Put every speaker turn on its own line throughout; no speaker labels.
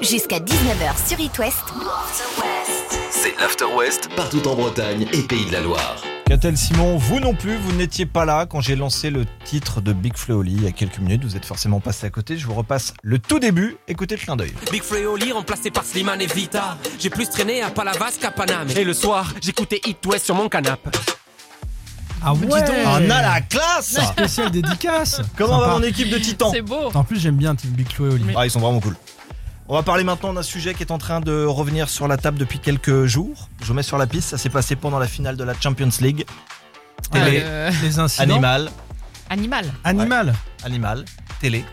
Jusqu'à 19h sur It West.
C'est l'After West, partout en Bretagne et Pays de la Loire.
Catel Simon, vous non plus, vous n'étiez pas là quand j'ai lancé le titre de Big Fleoli il y a quelques minutes. Vous êtes forcément passé à côté. Je vous repasse le tout début. Écoutez le clin d'œil.
Big Freoli remplacé par Slimane et Vita. J'ai plus traîné à Palavas qu'à Paname. Et le soir, j'écoutais Hit West sur mon canapé.
Ah ouais
On a Oh, la classe
Spéciale dédicace
Comment
Sympa.
va mon équipe de titans
C'est beau.
En plus, j'aime bien Team Big Flo et Oli.
Ah, ils sont vraiment cool. On va parler maintenant d'un sujet qui est en train de revenir sur la table depuis quelques jours. Je vous mets sur la piste, ça s'est passé pendant la finale de la Champions League. Télé,
Euh,
Les incidents.
animal,
animal.
Animal.
animal, télé.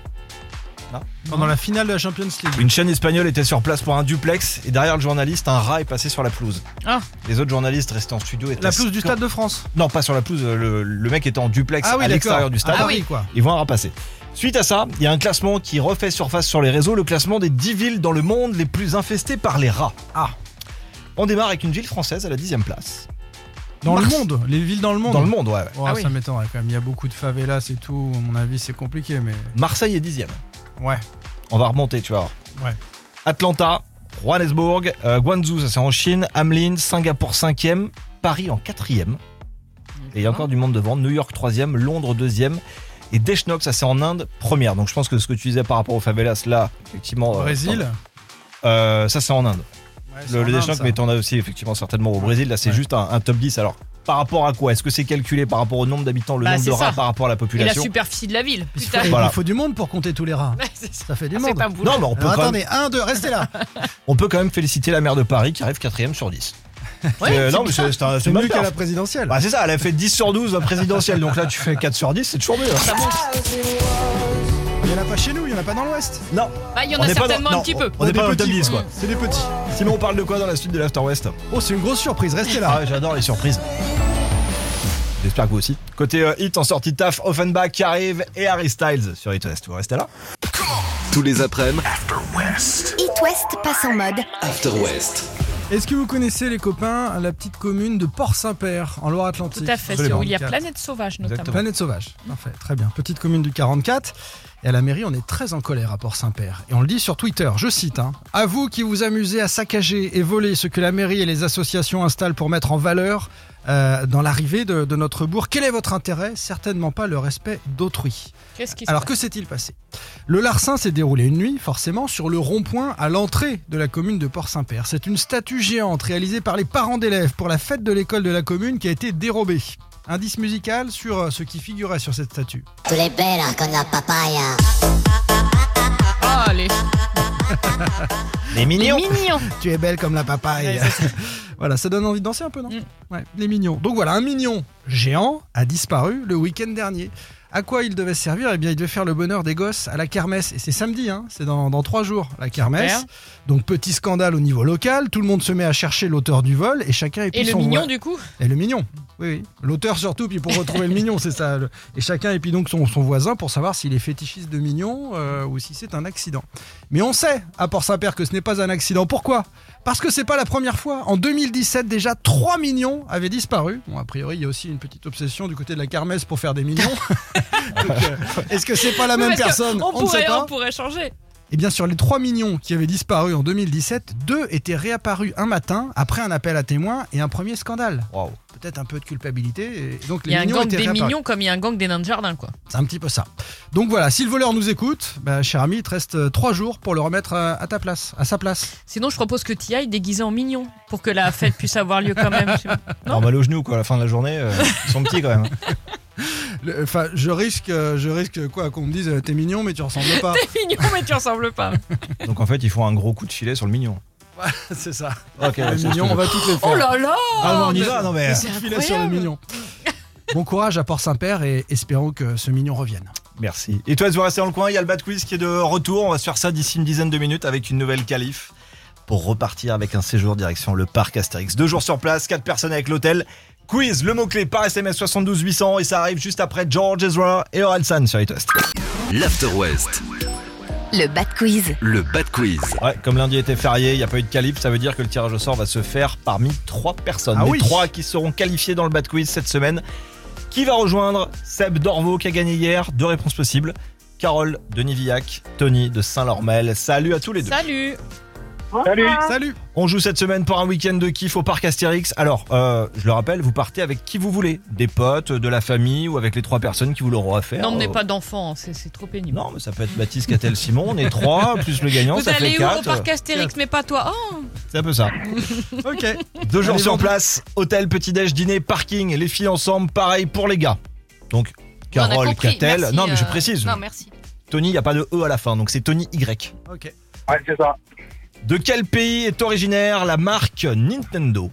Pendant la finale de la Champions League.
Une chaîne espagnole était sur place pour un duplex et derrière le journaliste, un rat est passé sur la pelouse.
Ah.
Les autres journalistes restés en studio étaient
La pelouse du
sur-
Stade de France.
Non, pas sur la pelouse, euh, le, le mec était en duplex à l'extérieur du stade.
Ah oui, quoi.
Ils vont un rat passer. Suite à ça, il y a un classement qui refait surface sur les réseaux, le classement des 10 villes dans le monde les plus infestées par les rats.
Ah.
On démarre avec une ville française à la 10 place.
Dans
Mars.
le monde. Les villes dans le monde.
Dans le monde, ouais. ouais.
Oh,
Ah oui.
Ça m'étonnerait quand même. Il y a beaucoup de favelas et tout. À mon avis, c'est compliqué, mais.
Marseille est 10
Ouais.
On va remonter, tu vas voir.
Ouais.
Atlanta, Johannesburg, euh, Guangzhou, ça c'est en Chine, Hamlin, Singapour 5e, Paris en 4e. Et il y a encore du monde devant. New York 3e, Londres 2e. Et Deshnok, ça c'est en Inde, première. Donc je pense que ce que tu disais par rapport aux favelas, là, effectivement. euh,
Brésil.
euh, ça c'est en Inde.
Ouais, c'est
Le,
en
le
Inde,
Deschamps,
ça.
mais t'en as aussi effectivement certainement au Brésil. Là, c'est
Ouais.
juste un, un top 10. Alors, par rapport à quoi Est-ce que c'est calculé par rapport au nombre d'habitants, le
Bah,
nombre de
c'est
rats
ça.
par rapport à la
Et la
population
superficie de la ville.
Il faut,
Putain.
il
Voilà.
faut du monde pour compter tous les rats.
C'est ça.
Ça fait du
Ah,
monde.
C'est un boulot.
Non, mais on peut,
Alors,
quand même,
attendez, un, deux, restez là.
on peut quand même féliciter la maire de Paris qui arrive quatrième sur 10.
Ouais,
Euh, non, mais c'est c'est un- c'est
C'est
même
mieux qu'à
pas.
la présidentielle.
Bah, c'est ça, elle a fait 10 sur 12 la présidentielle. donc là, tu fais 4 sur 10, c'est toujours mieux. hein.
Il y en a pas chez nous, il y en a pas dans l'Ouest.
Non,
Bah, il y en a
est pas dans-
certainement
non,
un petit
on-
peu.
On n'est
des
pas dans le top
petits,
10, quoi.
C'est des petits.
Simon, on parle de quoi dans la suite de l'After West
Oh, c'est une grosse surprise, restez là.
Ah, j'adore les surprises. J'espère que vous aussi. Côté euh, hit en sortie de taf, Offenbach qui arrive et Harry Styles sur Hit West. Vous restez là
Tous les après-midi,
It West passe en mode
After West.
Est-ce que vous connaissez les copains la petite commune de Port-Saint-Père en Loire-Atlantique
Tout à fait. C'est
Absolument.
où il y a Planète Sauvage notamment.
Exactement.
Planète sauvage. Parfait, très bien. Petite commune du 44. Et à la mairie, on est très en colère à Port-Saint-Père. Et on le dit sur Twitter, je cite hein, À vous qui vous amusez à saccager et voler ce que la mairie et les associations installent pour mettre en valeur euh, dans l'arrivée de, de notre bourg, quel est votre intérêt Certainement pas le respect d'autrui.
Qu'est-ce qui se
Alors
passe
que s'est-il passé Le larcin s'est déroulé une nuit, forcément, sur le rond-point à l'entrée de la commune de Port-Saint-Père. C'est une statue géante réalisée par les parents d'élèves pour la fête de l'école de la commune qui a été dérobée. Indice musical sur euh, ce qui figurait sur cette statue.
Tú eres bella con la papaya.
Ah, les,
Les
les
mignons
mignons.
Tu es belle comme la papaye.
Ouais, c'est
voilà, ça donne envie de danser un peu, non
Mm.
Ouais, les mignons. Donc voilà, un mignon géant a disparu le week-end dernier. À quoi il devait servir Eh bien, il devait faire le bonheur des gosses à la kermesse. Et c'est samedi, hein c'est dans, dans trois jours, la kermesse.
Super.
Donc petit scandale au niveau local, tout le monde se met à chercher l'auteur du vol et chacun
Et
épie
le
son
mignon
voile.
du coup
Et le mignon, oui, oui. L'auteur surtout, puis pour retrouver le mignon, c'est ça. le- Et chacun épie donc son, son voisin pour savoir s'il est fétichiste de mignon euh, ou si c'est un accident. Mais on sait, à Port-Saint-Père, que ce n'est pas un accident. Pourquoi Parce que c'est pas la première fois. En 2017, déjà, trois mignons avaient disparu. Bon, a priori, il y a aussi une petite obsession du côté de la Carmesse pour faire des mignons. Donc, euh, Est-ce que c'est pas la
Oui,
même
parce que
personne
on,
ne sait
pourrait,
pas.
on pourrait changer.
Eh bien, sur les 3 millions qui avaient disparu en 2017, deux étaient réapparus un matin après un appel à témoins et un premier scandale.
Waouh.
Peut-être un peu de culpabilité. Et donc,
Il
les
y a un
mignons
gang
étaient
des
réapparus.
mignons comme il y a un gang des nains de jardin quoi.
C'est un petit peu ça. Donc voilà, si le voleur nous écoute, bah, cher ami, il te reste 3 jours pour le remettre euh, à, à ta place, à sa place.
Sinon, je propose que tu ailles déguisé en mignon pour que la fête puisse avoir lieu quand même. Non.
Non, mal au genou, quoi, à la fin de la journée. euh, ils sont petits quand même. hein.
Le- Enfin, je risque, euh, je risque quoi qu'on me dise, euh, t'es mignon, mais tu ressembles pas.
mignon, mais tu ressembles pas.
Donc en fait, ils font un gros coup de filet sur le mignon.
c'est ça.
Ok,
Le mignon, on va toutes les faire.
Oh là là
Ah, mais on y va, non mais.
Petit filet sur le
incroyable.
mignon. Bon courage à Port-Saint-Père et espérons que ce mignon revienne.
Merci. Et toi, tu vas rester dans le coin. Il y a le Bad Quiz qui est de retour. On va se faire ça d'ici une dizaine de minutes avec une nouvelle qualif pour repartir avec un séjour direction le parc Astérix. Deux jours sur place, quatre personnes avec l'hôtel. Quiz, le mot-clé par SMS 72 800 et ça arrive juste après George Ezra et Orelsan sur It West.
L'After West,
le bad quiz.
le Bad Quiz.
Ouais, comme lundi était férié, il n'y a pas eu de qualif, ça veut dire que le tirage au sort va se faire parmi trois personnes.
Ah
les
oui.
trois qui seront qualifiés dans le bad quiz cette semaine. Qui va rejoindre Seb Dorvo qui a gagné hier Deux réponses possibles. Carole de Nivillac, Tony de Saint-Lormel. Salut à tous les deux.
Salut
Salut.
Salut
On joue cette semaine pour un week-end de kiff au parc Astérix. Alors, euh, je le rappelle, vous partez avec qui vous voulez. Des potes, de la famille ou avec les trois personnes qui vous l'auront offert.
N'emmenez
Euh,
pas d'enfants, hein, c'est c'est trop pénible.
Non, mais ça peut être Baptiste, Catel, Simon. On est trois, plus le gagnant,
Vous
ça fait
allez où au
quatre.
parc Astérix, mais pas toi Oh,
C'est un peu ça.
Ok.
Deux jours
Allez,
sur
vendredi.
place, hôtel, petit-déj, dîner, parking. Les filles ensemble, pareil pour les gars. Donc,
On a
Carole,
compris.
Catel.
Merci,
Non, mais je
euh,
précise.
Non, merci.
Tony, il n'y a pas de E à la fin, donc c'est Tony Y.
Ok.
Ouais, c'est ça.
De quel pays est originaire la marque Nintendo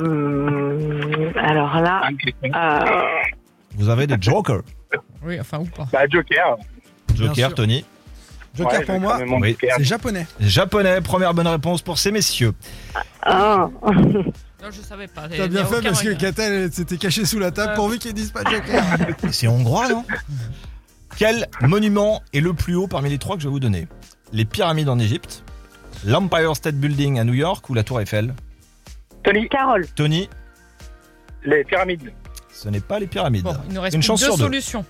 Hum, alors là, euh,
Vous avez des Joker.
Oui, enfin, ou pas.
Bah, Joker.
Bien
Joker,
sûr.
Tony.
Joker
Ouais,
pour
j'ai
moi,
quand même mon
Oui.
Joker.
c'est japonais.
Japonais, première bonne réponse pour ces messieurs.
ah,
Non, je savais pas.
T'as bien fait parce que Katel elle s'était cachée sous la table
Euh.
pourvu qu'il dise pas Joker.
Et C'est hongrois, non Quel monument est le plus haut parmi les trois que je vais vous donner Les pyramides en Égypte, l'Empire State Building à New York ou la Tour Eiffel
Tony,
Carole,
Tony,
les pyramides.
ce n'est pas les pyramides.
Bon, il nous reste
Une
plus
chance
deux
sur deux.
solutions.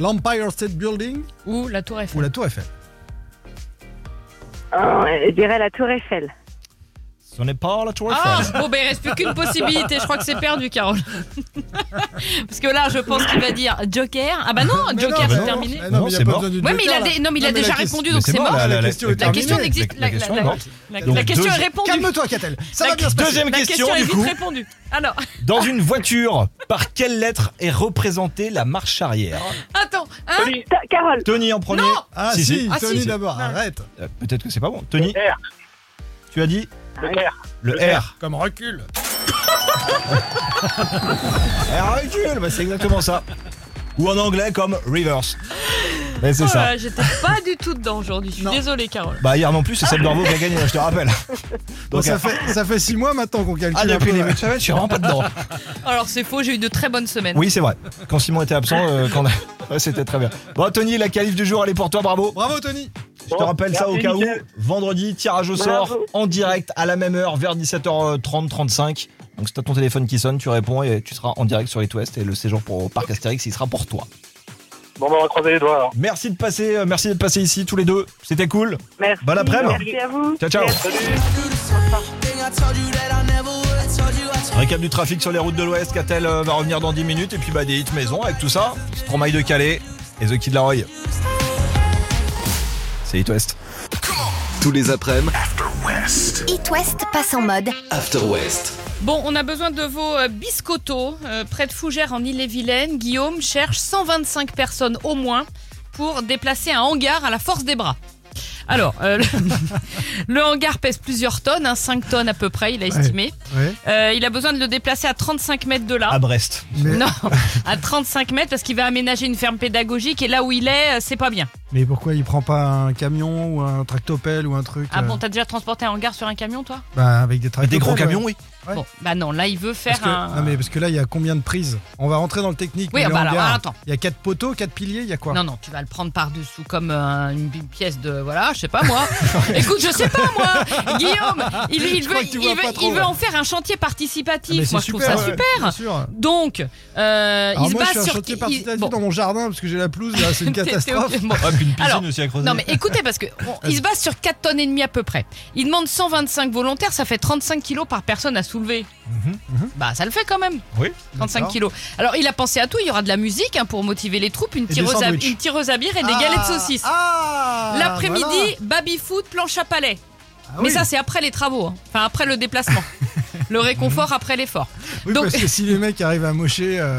L'Empire State Building
Ou la Tour Eiffel.
ou la Tour Eiffel
euh, je dirais la Tour Eiffel.
Ce n'est pas la Tour
Ah,
Eiffel.
bon, ben il reste plus qu'une possibilité. Je crois que c'est perdu, Carole.
Parce que là, je pense qu'il va dire Joker. Ah bah non,
Mais
Joker,
non,
c'est
non,
terminé.
mais Non,
Non,
mais il y a
c'est
pas
mort.
besoin du
Ouais, mais il a,
Joker,
dé- non, mais il
Non,
a
mais
déjà
la question-
répondu,
Mais
donc
c'est
c'est
mort,
mort.
la- la-
question est
La question
terminée.
n'existe.
La
La,
question
la-
est
la-
morte.
la- la
Donc,
question
deuxi-
est répondue.
Calme-toi Katel, ça
La-
va bien se passer.
Deuxième
La
question,
question est
du
vite
coup.
répondue. Alors,
Dans une voiture, par quelle lettre est représentée la marche arrière
attends, hein
Tony,
Ta- Carole,
Tony en premier.
Ah
Si,
si,
si. Ah, si,
Tony
si.
d'abord, arrête.
Euh, Peut-être que c'est pas bon. Tony,
R.
tu as dit
Ah
Le R.
le,
Le
R.
Comme recul.
R recule, bah, c'est exactement ça. Ou en anglais comme reverse. Mais c'est
Oh
ça.
là, J'étais pas du tout dedans aujourd'hui. Je suis désolée, Carole.
Bah hier non plus, c'est Seb Dorvo qui a gagné, je te rappelle.
Donc,
Donc,
ça,
euh,
fait, ça fait six mois maintenant qu'on calcule.
ah,
un
depuis
peu,
les
ouais.
buts de Chavel, je suis vraiment pas dedans.
Alors c'est faux, j'ai eu de très bonnes semaines.
Oui, c'est vrai. Quand Simon était absent, euh, quand... ouais, c'était très bien. Bon, Tony, la qualif du jour, elle est pour toi, bravo.
Bravo Tony
Je te rappelle ça au
Merci,
cas où.
Mickaël.
Vendredi, tirage au sort
Bravo.
en direct à la même heure vers 17h30-35. Donc si t'as ton téléphone qui sonne, tu réponds et tu seras en direct sur It West et le séjour pour au Parc Astérix, il sera pour toi.
Bon, bah, on va croiser les doigts alors.
Merci de passer, euh, merci d'être passé ici tous les deux. C'était cool.
merci.
Bon après-midi.
Merci à vous.
Ciao ciao. Récap du trafic sur les routes de l'Ouest, Catel euh, va revenir dans 10 minutes et puis bah des hits maison avec tout ça. Stromae de Calais et The Kid Laroi. C'est It West.
Tous les après-midi,
It West passe en mode.
After West.
Bon, on a besoin de vos euh, biscottos. Euh, près de Fougères, en Ille-et-Vilaine, Guillaume cherche 125 personnes au moins pour déplacer un hangar à la force des bras. Alors, euh, le, le hangar pèse plusieurs tonnes, hein, 5 tonnes à peu près, il a estimé.
Ouais,
Euh, il a besoin de le déplacer à 35 mètres de
Ah bah
là.
À Brest.
mais,
Non, à 35 mètres parce qu'il va aménager une ferme pédagogique et là où il est, euh, c'est pas bien.
mais pourquoi il prend pas un camion ou un tractopelle ou un truc
Ah
euh,
bon, t'as déjà transporté un hangar sur un camion, toi
bah, avec des tractopelles
Des gros
ouais.
camions, oui.
Ouais.
Bon, bah non, là il veut faire
Parce que,
un.
non, mais parce que là il y a combien de prises On va rentrer dans le technique.
Oui,
mais
ah
le
bah alors,
hangar,
attends.
Il y a quatre poteaux, quatre piliers, il y a quoi
Non, non, tu vas le prendre par-dessous comme euh, une, une pièce de. Voilà, je sais pas moi. Écoute, je sais pas moi. Guillaume, il, il
Je
veut,
crois que tu
il
vois
veut-
pas trop,
il veut
là.
en faire un chantier participatif.
Mais
moi,
c'est
je trouve ça
ouais, bien
super.
sûr.
Donc, euh,
Alors
il se
moi, je
base
suis un
sur.
chantier
il-
participatif
bon,
dans mon jardin parce que j'ai la pelouse là, c'est une
t'es- t'es
catastrophe.
ok. Bon.
Ouais, puis une piscine
Alors,
aussi à creuser.
Non mais écoutez parce que on- il se base sur 4 tonnes et demie à peu près. Il demande 125 volontaires, ça fait 35 kilos par personne à soulever.
Mhm,
Bah ça le fait quand même.
Oui.
35
D'accord.
kilos. Alors il a pensé à tout, il y aura de la musique hein, pour motiver les troupes, une
des
tireuse, à,
sandwichs.
une tireuse à bière et des galettes saucisses.
Ah,
L'après-midi,
voilà.
baby foot, planche à palais.
Ah
Mais
oui.
ça c'est après les travaux, hein. enfin après le déplacement. le réconfort après l'effort.
Oui,
donc-
parce que si les mecs arrivent à mocher.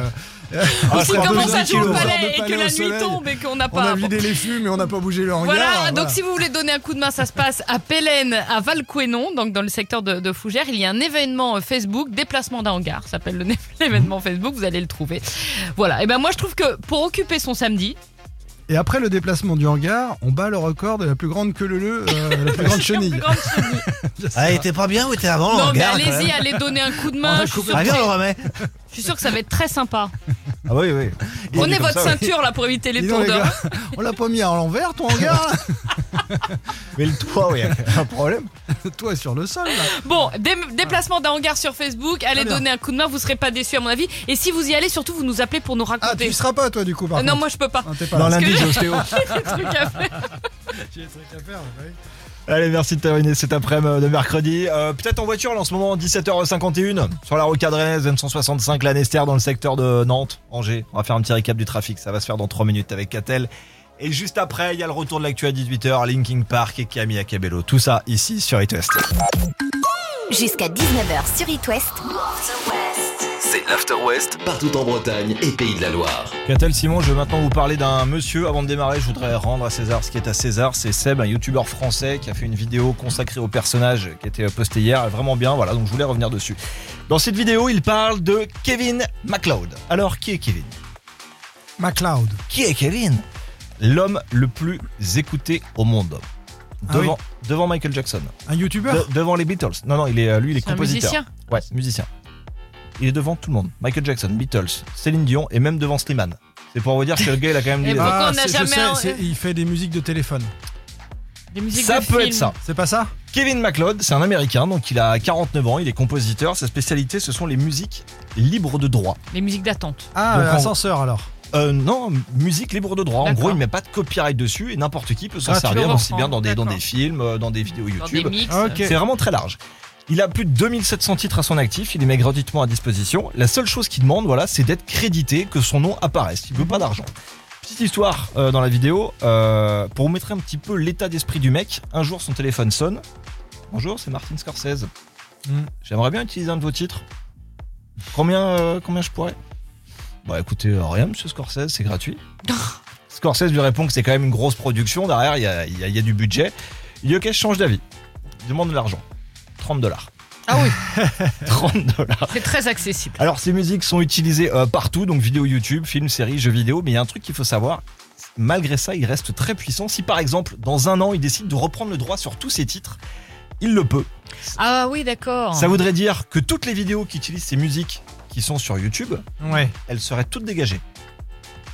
Euh,
Ah,
on
Si
sort de
commence à
vingt
jouer au
kilos,
palais et que la nuit tombe et qu'on n'a
On
pas...
a
bon.
vidé les fûts, mais on n'a pas bougé le hangar.
Voilà, donc si vous voulez donner un coup de main, ça se passe à Pélène, à Valquénon, donc dans le secteur de, de Fougères. Il y a un événement euh, Facebook, déplacement d'un hangar, ça s'appelle le- l'événement Facebook, vous allez le trouver. Voilà, et ben moi je trouve que pour occuper son samedi,
Et après le déplacement du hangar, on bat le record de la plus grande queue leu la plus grande
c'est la plus
chenille.
grande chenille.
Ah, il était pas bien où était avant
non
en
mais
gare, quand
allez-y,
même.
allez donner un coup de main, je suis sûre
Ah,
que,
viens, on le remet.
je suis sûre que ça va être très sympa.
Ah oui, oui.
Prenez
comme
votre
ça, oui.
ceinture là pour éviter les
Dis donc,
tours
les
d'or.
gars, on l'a pas mis à l'envers, ton hangar
Mais le toit, oui, un problème.
là Toi sur le sol, là.
Bon, dé- déplacement d'un hangar sur Facebook, allez
Très bien.
donner un coup de main, vous serez pas déçus à mon avis. Et si vous y allez, surtout vous nous appelez pour nous
Ah, tu
raconter.
y seras pas, toi, du coup, par
Euh, non,
contre.
moi je peux pas.
Non, t'es pas
Dans
là.
lundi,
que-
j'ai ostéo.
J'ai des trucs à faire.
J'ai des trucs à faire, ouais.
Allez, merci de terminer cet après-midi de mercredi. Euh, Peut-être en voiture, là, en ce moment, 17h51, sur la rocade Rennes, N165, l'Anester, dans le secteur de Nantes, Angers. On va faire un petit récap du trafic, ça va se faire dans 3 minutes avec Catel. Et juste après, il y a le retour de l'actu à 18h, Linking Park et Camille Cabello. Tout ça ici sur It West.
Jusqu'à 19h sur It West.
C'est l'After West partout en Bretagne et Pays de la Loire.
Catel Simon, je vais maintenant vous parler d'un monsieur. Avant de démarrer, je voudrais rendre à César ce qui est à César. C'est Seb, un youtubeur français qui a fait une vidéo consacrée au personnage qui a été postée hier. Vraiment bien, voilà, donc je voulais revenir dessus. Dans cette vidéo, il parle de Kevin MacLeod. Alors, qui est Kevin
MacLeod.
Qui est Kevin L'homme le plus écouté au monde.
Ah
Devant, devant Michael Jackson.
Un youtubeur
De- devant les Beatles. Non, non, il est, euh, lui, il est,
C'est un
compositeur.
musicien
Ouais, musicien. Il est devant tout le monde. Michael Jackson, Beatles, Céline Dion et même devant Slimane. C'est pour vous dire que le gars, il a quand même
Et
dit.
pourquoi on n'a
Ah, c'est- je
jamais
sais,
un-
c'est- Il fait des musiques de téléphone.
Des musiques
Ça
de
peut
film.
être ça.
C'est pas ça
Kevin MacLeod, c'est un américain, donc il a 49 ans, il est compositeur. Sa spécialité, ce sont les musiques libres de droit.
Les musiques d'attente.
Ah,
Donc, en-
ascenseur alors.
Euh, non, musique libre de droit. En
D'accord.
gros, il met pas de copyright dessus et n'importe qui peut s'en
Ah, tu
servir,
le
aussi
reprends,
bien dans des, dans
d'accord.
des films, euh, dans des vidéos
Dans des
YouTube.
mix.
Ah, ok.
C'est vraiment très large. Il a plus de 2700 titres à son actif, il les met gratuitement à disposition. La seule chose qu'il demande, voilà, c'est d'être crédité, que son nom apparaisse. Il veut pas d'argent. Petite histoire euh, dans la vidéo, euh, pour vous mettre un petit peu l'état d'esprit du mec, un jour son téléphone sonne. Bonjour, c'est Martin Scorsese.
Mm.
J'aimerais bien utiliser un de vos titres. Combien, euh, combien je pourrais Bah écoutez, euh, rien, monsieur Scorsese, c'est gratuit.
euh.
Scorsese lui répond que c'est quand même une grosse production, derrière il y a, il y a- il y a du budget. Il dit ok, je change d'avis. Il demande de l'argent. 30 dollars.
Ah oui.
30 dollars.
C'est très accessible.
Alors ces musiques sont utilisées euh, partout, donc vidéo YouTube, films, séries, jeux vidéo, mais il y a un truc qu'il faut savoir, malgré ça, il reste très puissant. Si par exemple, dans un an, il décide de reprendre le droit sur tous ses titres, il le peut.
Ah oui,
Oh.
d'accord.
Ça voudrait dire que toutes les vidéos qui utilisent ces musiques qui sont sur YouTube,
Ouais.
elles seraient toutes dégagées.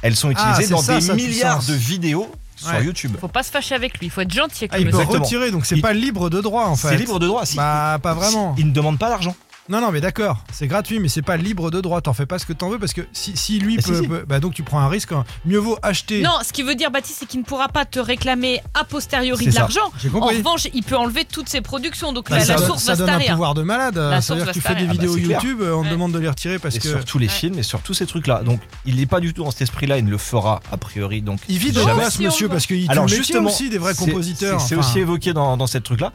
Elles sont
Ah,
utilisées
c'est
dans
ça,
des
ça a du
milliards
sens.
de vidéos sur
Ouais.
YouTube.
Faut pas se fâcher avec lui, faut être gentil avec
Ah,
le
il peut
monsieur.
Exactement.
retirer, donc c'est
Il-
pas libre de droit en fait.
C'est libre de droit, si.
Bah, pas vraiment.
Il ne demande pas d'argent.
Non, non, mais d'accord, c'est gratuit, mais c'est pas libre de droit. T'en fais pas ce que t'en veux parce que si, si lui
Ah, si,
peut,
si.
peut- Bah, donc tu prends un risque. hein. Mieux vaut acheter.
Non, ce qui veut dire, Baptiste, c'est qu'il ne pourra pas te réclamer a posteriori
C'est
de
ça.
l'argent.
J'ai
En
compris.
revanche, il peut enlever toutes ses productions, donc
Bah,
la,
ça,
la
donne-
source
ça
va se
donne un
tarir.
pouvoir de malade.
La
Ça veut
source
dire
va
que tu
se
fais des
Ah,
tarir.
bah,
vidéos
c'est clair.
YouTube, euh, on te
Ouais.
demande de les retirer parce
et
que.
sur tous les
Ouais.
films et sur tous ces trucs-là. Donc, il n'est pas du tout dans cet esprit-là, il ne le fera a priori. Donc,
Il vit de
jamais.
quoi ce
Si on
monsieur
veut.
parce qu'il
Alors,
tue
justement,
aussi des vrais
c'est-
compositeurs.
C'est c'est
Enfin,
aussi évoqué dans, dans ces trucs-là.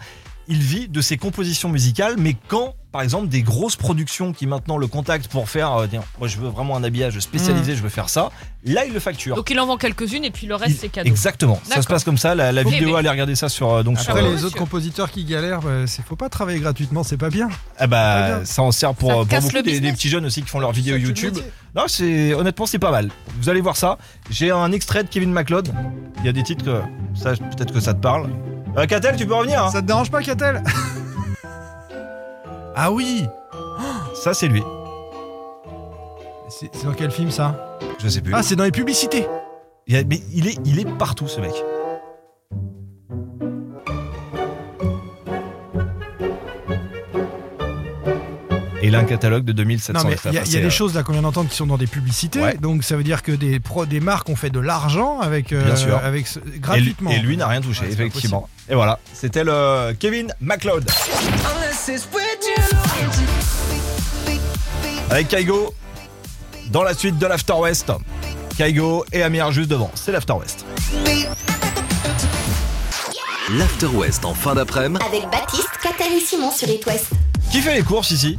Il vit de ses compositions musicales, mais quand, par exemple, des grosses productions qui maintenant le contactent pour faire, euh, tiens, moi je veux vraiment un habillage
Mm.
spécialisé, je veux faire ça, là il le facture.
Donc il en vend quelques-unes et puis le
Il-
reste, c'est cadeau.
Exactement, ça se
D'accord.
passe comme ça. La, la
Ok,
vidéo,
mais-
allez regarder ça sur. euh, donc sur,
Ah,
Après,
euh,
les autres compositeurs qui galèrent, bah, c'est faut pas travailler gratuitement, c'est pas bien.
ah bah,
très bien.
ça en sert pour,
Ça
euh, pour
casse
beaucoup
le
des,
business.
des petits jeunes aussi qui font leurs vidéos
Ça tue le
YouTube.
métier.
Non, c'est honnêtement, c'est pas mal. Vous allez voir ça. J'ai un extrait de Kevin MacLeod. Il y a des titres que ça, peut-être que ça te parle. Euh, Catel, tu peux revenir. hein
Ça te dérange pas, Catel Ah oui
ça, c'est lui.
C'est c'est dans quel film ça
Je sais plus.
Ah, c'est dans les publicités
Il y a- mais il est, il est partout, ce mec. Et il a un catalogue de 2700
Non, mais il y a,
Enfin,
il y a
c'est,
des
euh,
choses là qu'on vient d'entendre qui sont dans des publicités.
Ouais.
Donc ça veut dire que des, pro- des marques ont fait de l'argent avec, euh,
Bien sûr.
avec ce-
et lui-
gratuitement.
Et lui n'a rien touché,
Ouais, c'est pas
effectivement. Et voilà, c'était le Kevin MacLeod. Avec Kaigo, dans la suite de l'After West. Kaigo et Amir juste devant, c'est l'After West.
L'After West en fin d'après-midi
Avec Baptiste, Catel et Simon sur It West.
Qui fait les courses ici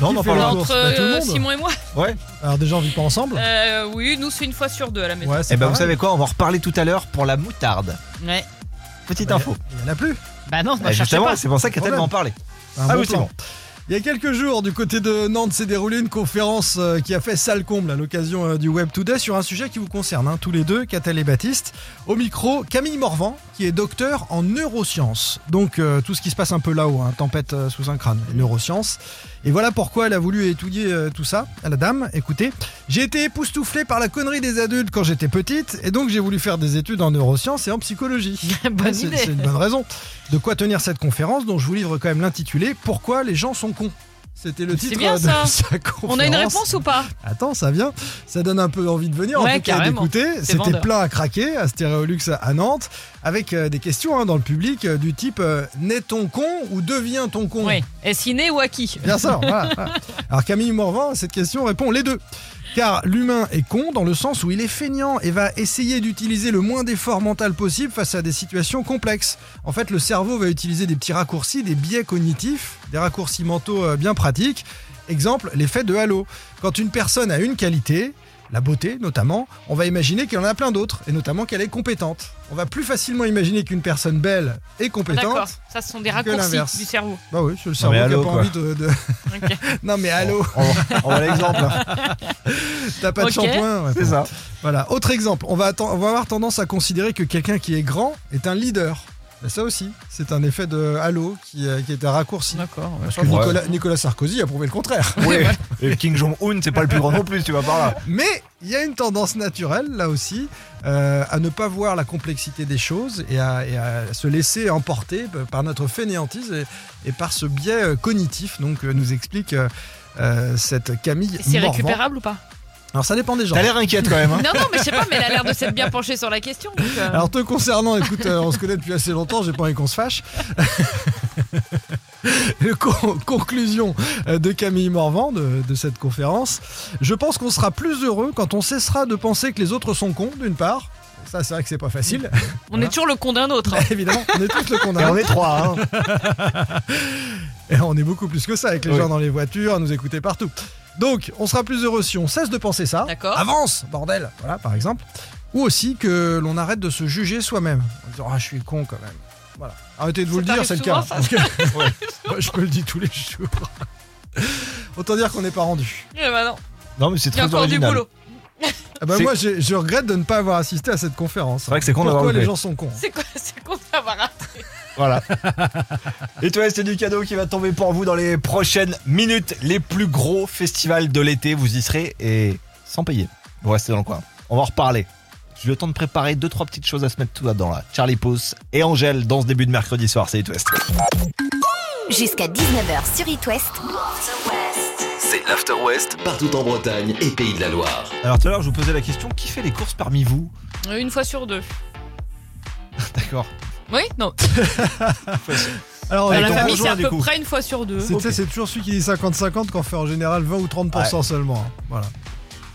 Non,
Qui
on en
fait
parle
les
pas.
courses
Entre
Bah, tout le
euh,
monde.
Simon et moi
Ouais.
Alors déjà, on vit pas ensemble
Euh, Oui, nous, c'est une fois sur deux à la maison.
Ouais,
Et
c'est
ben vous
pareil.
savez quoi, on va en reparler tout à l'heure pour la moutarde.
Ouais.
Petite
Bah,
info.
Il y en a plus.
Bah non,
Eh,
moi, je cherchais
justement,
pas.
c'est pour ça qu'elle
Problème.
tellement en parler.
Un
Ah
bon
oui, c'est
plan.
bon.
Il y a quelques jours, du côté de Nantes, s'est déroulée une conférence euh, qui a fait salle comble à l'occasion euh, du Web Today sur un sujet qui vous concerne, hein, tous les deux, Catel et Baptiste. Au micro, Camille Morvan, qui est docteur en neurosciences. Donc euh, tout ce qui se passe un peu là-haut, hein, tempête euh, sous un crâne, les neurosciences. Et voilà pourquoi elle a voulu étudier euh, tout ça à la dame. Écoutez, j'ai été époustouflée par la connerie des adultes quand j'étais petite, et donc j'ai voulu faire des études en neurosciences et en psychologie.
Bonne
Ouais, c'est-
idée.
C'est une bonne raison. De quoi tenir cette conférence dont je vous livre quand même l'intitulé Pourquoi les gens sont cons C'était le titre
bien,
de
ça.
sa conférence.
On a une réponse ou pas
Attends, ça vient. Ça donne un peu envie de venir,
Ouais,
en tout cas,
carrément.
d'écouter.
C'est
C'était
vendeur.
plein à craquer à Stéréolux à Nantes, avec euh, des questions hein, dans le public euh, du type euh, Naît-on con ou devient-on con
Oui. Est-ce inné ou acquis
Bien sûr, voilà, voilà. Alors Camille Morvan, à cette question répond les deux. Car l'humain est con dans le sens où il est feignant et va essayer d'utiliser le moins d'effort mental possible face à des situations complexes. En fait, le cerveau va utiliser des petits raccourcis, des biais cognitifs, des raccourcis mentaux euh, bien pratiques. Exemple, l'effet de halo. Quand une personne a une qualité, la beauté notamment, on va imaginer qu'elle en a plein d'autres, et notamment qu'elle est compétente. On va plus facilement imaginer qu'une personne belle est
D'accord.
compétente.
Ça, ce sont des
que
raccourcis
l'inverse.
du cerveau.
Bah oui, c'est le cerveau qui a
halo,
pas
quoi.
envie de- de...
Ok.
Non mais allô
On, on voit l'exemple. hein.
T'as pas de
Ok.
shampoing. ouais,
C'est
bon.
ça.
Voilà. Autre exemple, on va, atten- on va avoir tendance à considérer que quelqu'un qui est grand est un leader. Ben, ça aussi, c'est un effet de halo qui, euh, qui est un raccourci.
D'accord.
Parce que
Ouais.
Nicolas, Nicolas Sarkozy a prouvé le contraire.
Oui. Et King Jong-un, c'est pas le plus grand non plus, tu vas par là.
Mais il y a une tendance naturelle, là aussi, euh, à ne pas voir la complexité des choses et à, et à se laisser emporter par notre fainéantise et, et par ce biais euh, cognitif, donc euh, nous explique euh, euh, cette Camille.
Et C'est
Morvan.
récupérable ou pas
Alors ça dépend des gens.
T'as l'air inquiète quand même. hein.
Non, non, mais je sais pas, mais elle a l'air de s'être bien penchée sur la question. donc, euh,
Alors te concernant, écoute, euh, on se connaît depuis assez longtemps, j'ai pas envie qu'on se fâche. Le con- conclusion euh, de Camille Morvan de, de cette conférence. Je pense qu'on sera plus heureux quand on cessera de penser que les autres sont cons, d'une part. Ça, c'est vrai que c'est pas facile,
on est toujours le con d'un autre. hein.
évidemment. On est tous le
Et on
condamné.
est trois. hein.
Et on est beaucoup plus que ça avec les
Oui.
gens dans les voitures, à nous écouter partout. Donc, on sera plus heureux si on cesse de penser ça.
D'accord.
Avance, bordel. Voilà, par exemple. Ou aussi que l'on arrête de se juger soi-même. En disant, ah, je suis con quand même. Voilà. Arrêtez de vous
Ça
le dire,
t'arrive
c'est le
souvent,
cas.
ça
Parce que- Ouais. Moi, je me le dis tous les jours. Autant dire qu'on n'est pas rendu.
Eh ben non,
Non, mais c'est
Il y a
très
encore du
original.
boulot.
Ah bah,
C'est-
moi, j'ai- je regrette de ne pas avoir assisté à cette conférence. hein.
C'est vrai que c'est con d'avoir
Pourquoi les
loupé.
gens sont cons hein.
C'est quoi C'est con d'avoir raté.
Voilà. Et toi, c'est du cadeau qui va tomber pour vous dans les prochaines minutes. Les plus gros festivals de l'été, vous y serez et sans payer. Vous restez dans le coin. On va en reparler. J'ai eu le temps de préparer deux, trois petites choses à se mettre tout là-dedans. Là. Charlie Pouce et Angèle dans ce début de mercredi soir. C'est It West.
Jusqu'à 19h sur It West.
C'est l'After West partout en Bretagne et Pays de la Loire.
Alors tout à l'heure, je vous posais la question qui fait les courses parmi vous
Euh, Une fois sur deux.
D'accord.
Oui Non.
Alors,
Dans
Avec
la
ton
attends,
famille,
conjoint,
c'est à
du
peu
coup.
près une fois sur deux.
c'est tu sais, c'est toujours celui qui dit 50-50 qu'on fait en général 20 ou 30% seulement. hein. Voilà.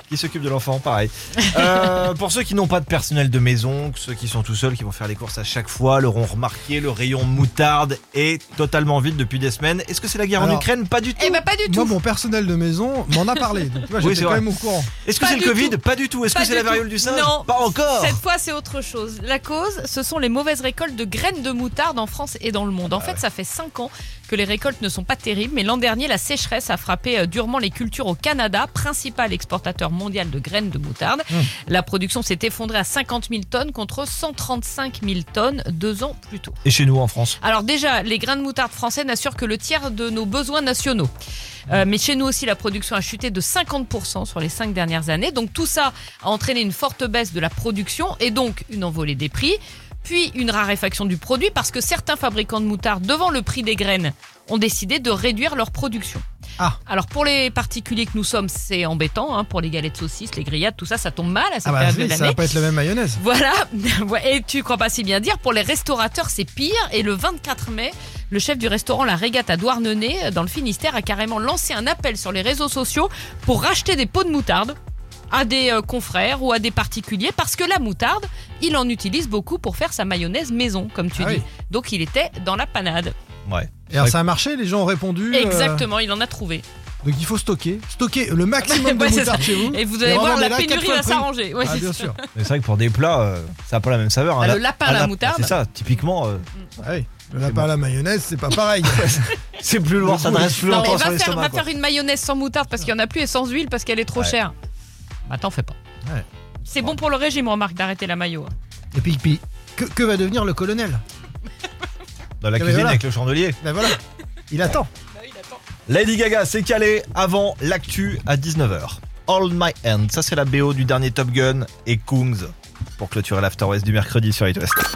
Qui s'occupe de l'enfant, pareil. Euh, pour ceux qui n'ont pas de personnel de maison, que ceux qui sont tout seuls, qui vont faire les courses à chaque fois, l'auront remarqué, le rayon moutarde est totalement vide depuis des semaines. Est-ce que c'est la guerre en
Alors-
Ukraine Pas du tout.
Eh ben pas du tout.
Moi, mon personnel de maison m'en a parlé. Donc, tu vois,
Oui,
j'étais
c'est
quand
vrai.
même au courant.
Est-ce que
Pas
c'est le
du
Covid
tout.
Pas du tout. Est-ce
Pas
que c'est
du
la
tout.
variole du singe
Non.
Pas encore.
Cette fois, c'est autre chose. La cause, ce sont les mauvaises récoltes de graines de moutarde en France et dans le monde. En fait, ça fait 5 ans que les récoltes ne sont pas terribles, mais l'an dernier, la sécheresse a frappé euh, durement les cultures au Canada, principal exportateur mondial de graines de moutarde. La production s'est effondrée à 50 000 tonnes contre 135 000 tonnes deux ans plus tôt.
Et chez nous en France
Alors déjà, les grains de moutarde français n'assurent que le tiers de nos besoins nationaux. Euh, mais chez nous aussi, la production a chuté de 50% sur les cinq dernières années. Donc tout ça a entraîné une forte baisse de la production et donc une envolée des prix, puis une raréfaction du produit parce que certains fabricants de moutarde, devant le prix des graines, ont décidé de réduire leur production.
Ah.
Alors pour les particuliers que nous sommes, c'est embêtant. hein, pour les galettes saucisses, les grillades, tout ça, ça tombe mal à cette
Ah bah
période
oui,
de
ça va
l'année.
pas être la même mayonnaise.
Voilà, et tu crois pas si bien dire, pour les restaurateurs c'est pire, et le 24 mai, le chef du restaurant La Régate à Douarnenez, euh, dans le Finistère, a carrément lancé un appel sur les réseaux sociaux pour racheter des pots de moutarde à des euh, confrères ou à des particuliers, parce que la moutarde, il en utilise beaucoup pour faire sa mayonnaise maison, comme tu
Ah
dis.
oui.
Donc il était dans la panade.
Ouais.
Et alors ça a marché, les gens ont répondu. euh,
Exactement, il en a trouvé.
donc il faut stocker, stocker le maximum de
Ouais, c'est
moutarde
ça.
chez vous.
Et vous allez voir,
revendez-la
la
quatre
pénurie
fois
va
le prix.
s'arranger. Ouais,
Ah,
c'est
bien
ça.
sûr.
Mais c'est vrai que pour des plats, euh, ça n'a pas la même saveur.
Bah,
Un
le
la-
lapin à
un
la
lap-
moutarde.
C'est ça, typiquement, euh,
Ah oui, le lapin à la mayonnaise, c'est pas pareil.
c'est plus lourd, ça ne reste plus
Non, mais
longtemps sur
va, faire,
l'estomac.
va
quoi.
faire une mayonnaise sans moutarde parce qu'il n'y en a plus et sans huile parce qu'elle est trop
Ouais.
chère. Bah, t'en fais pas.
Ouais.
C'est bon pour le régime, remarque, d'arrêter la hein. maillot.
Et puis, puis, que, que va devenir le colonel
Dans la
Mais
cuisine
voilà.
avec le chandelier.
Ben voilà, il attend.
Lady Gaga s'est calée avant l'actu à 19h. All My Hand, ça c'est la BO du dernier Top Gun et Kungs pour clôturer l'After West du mercredi sur It West.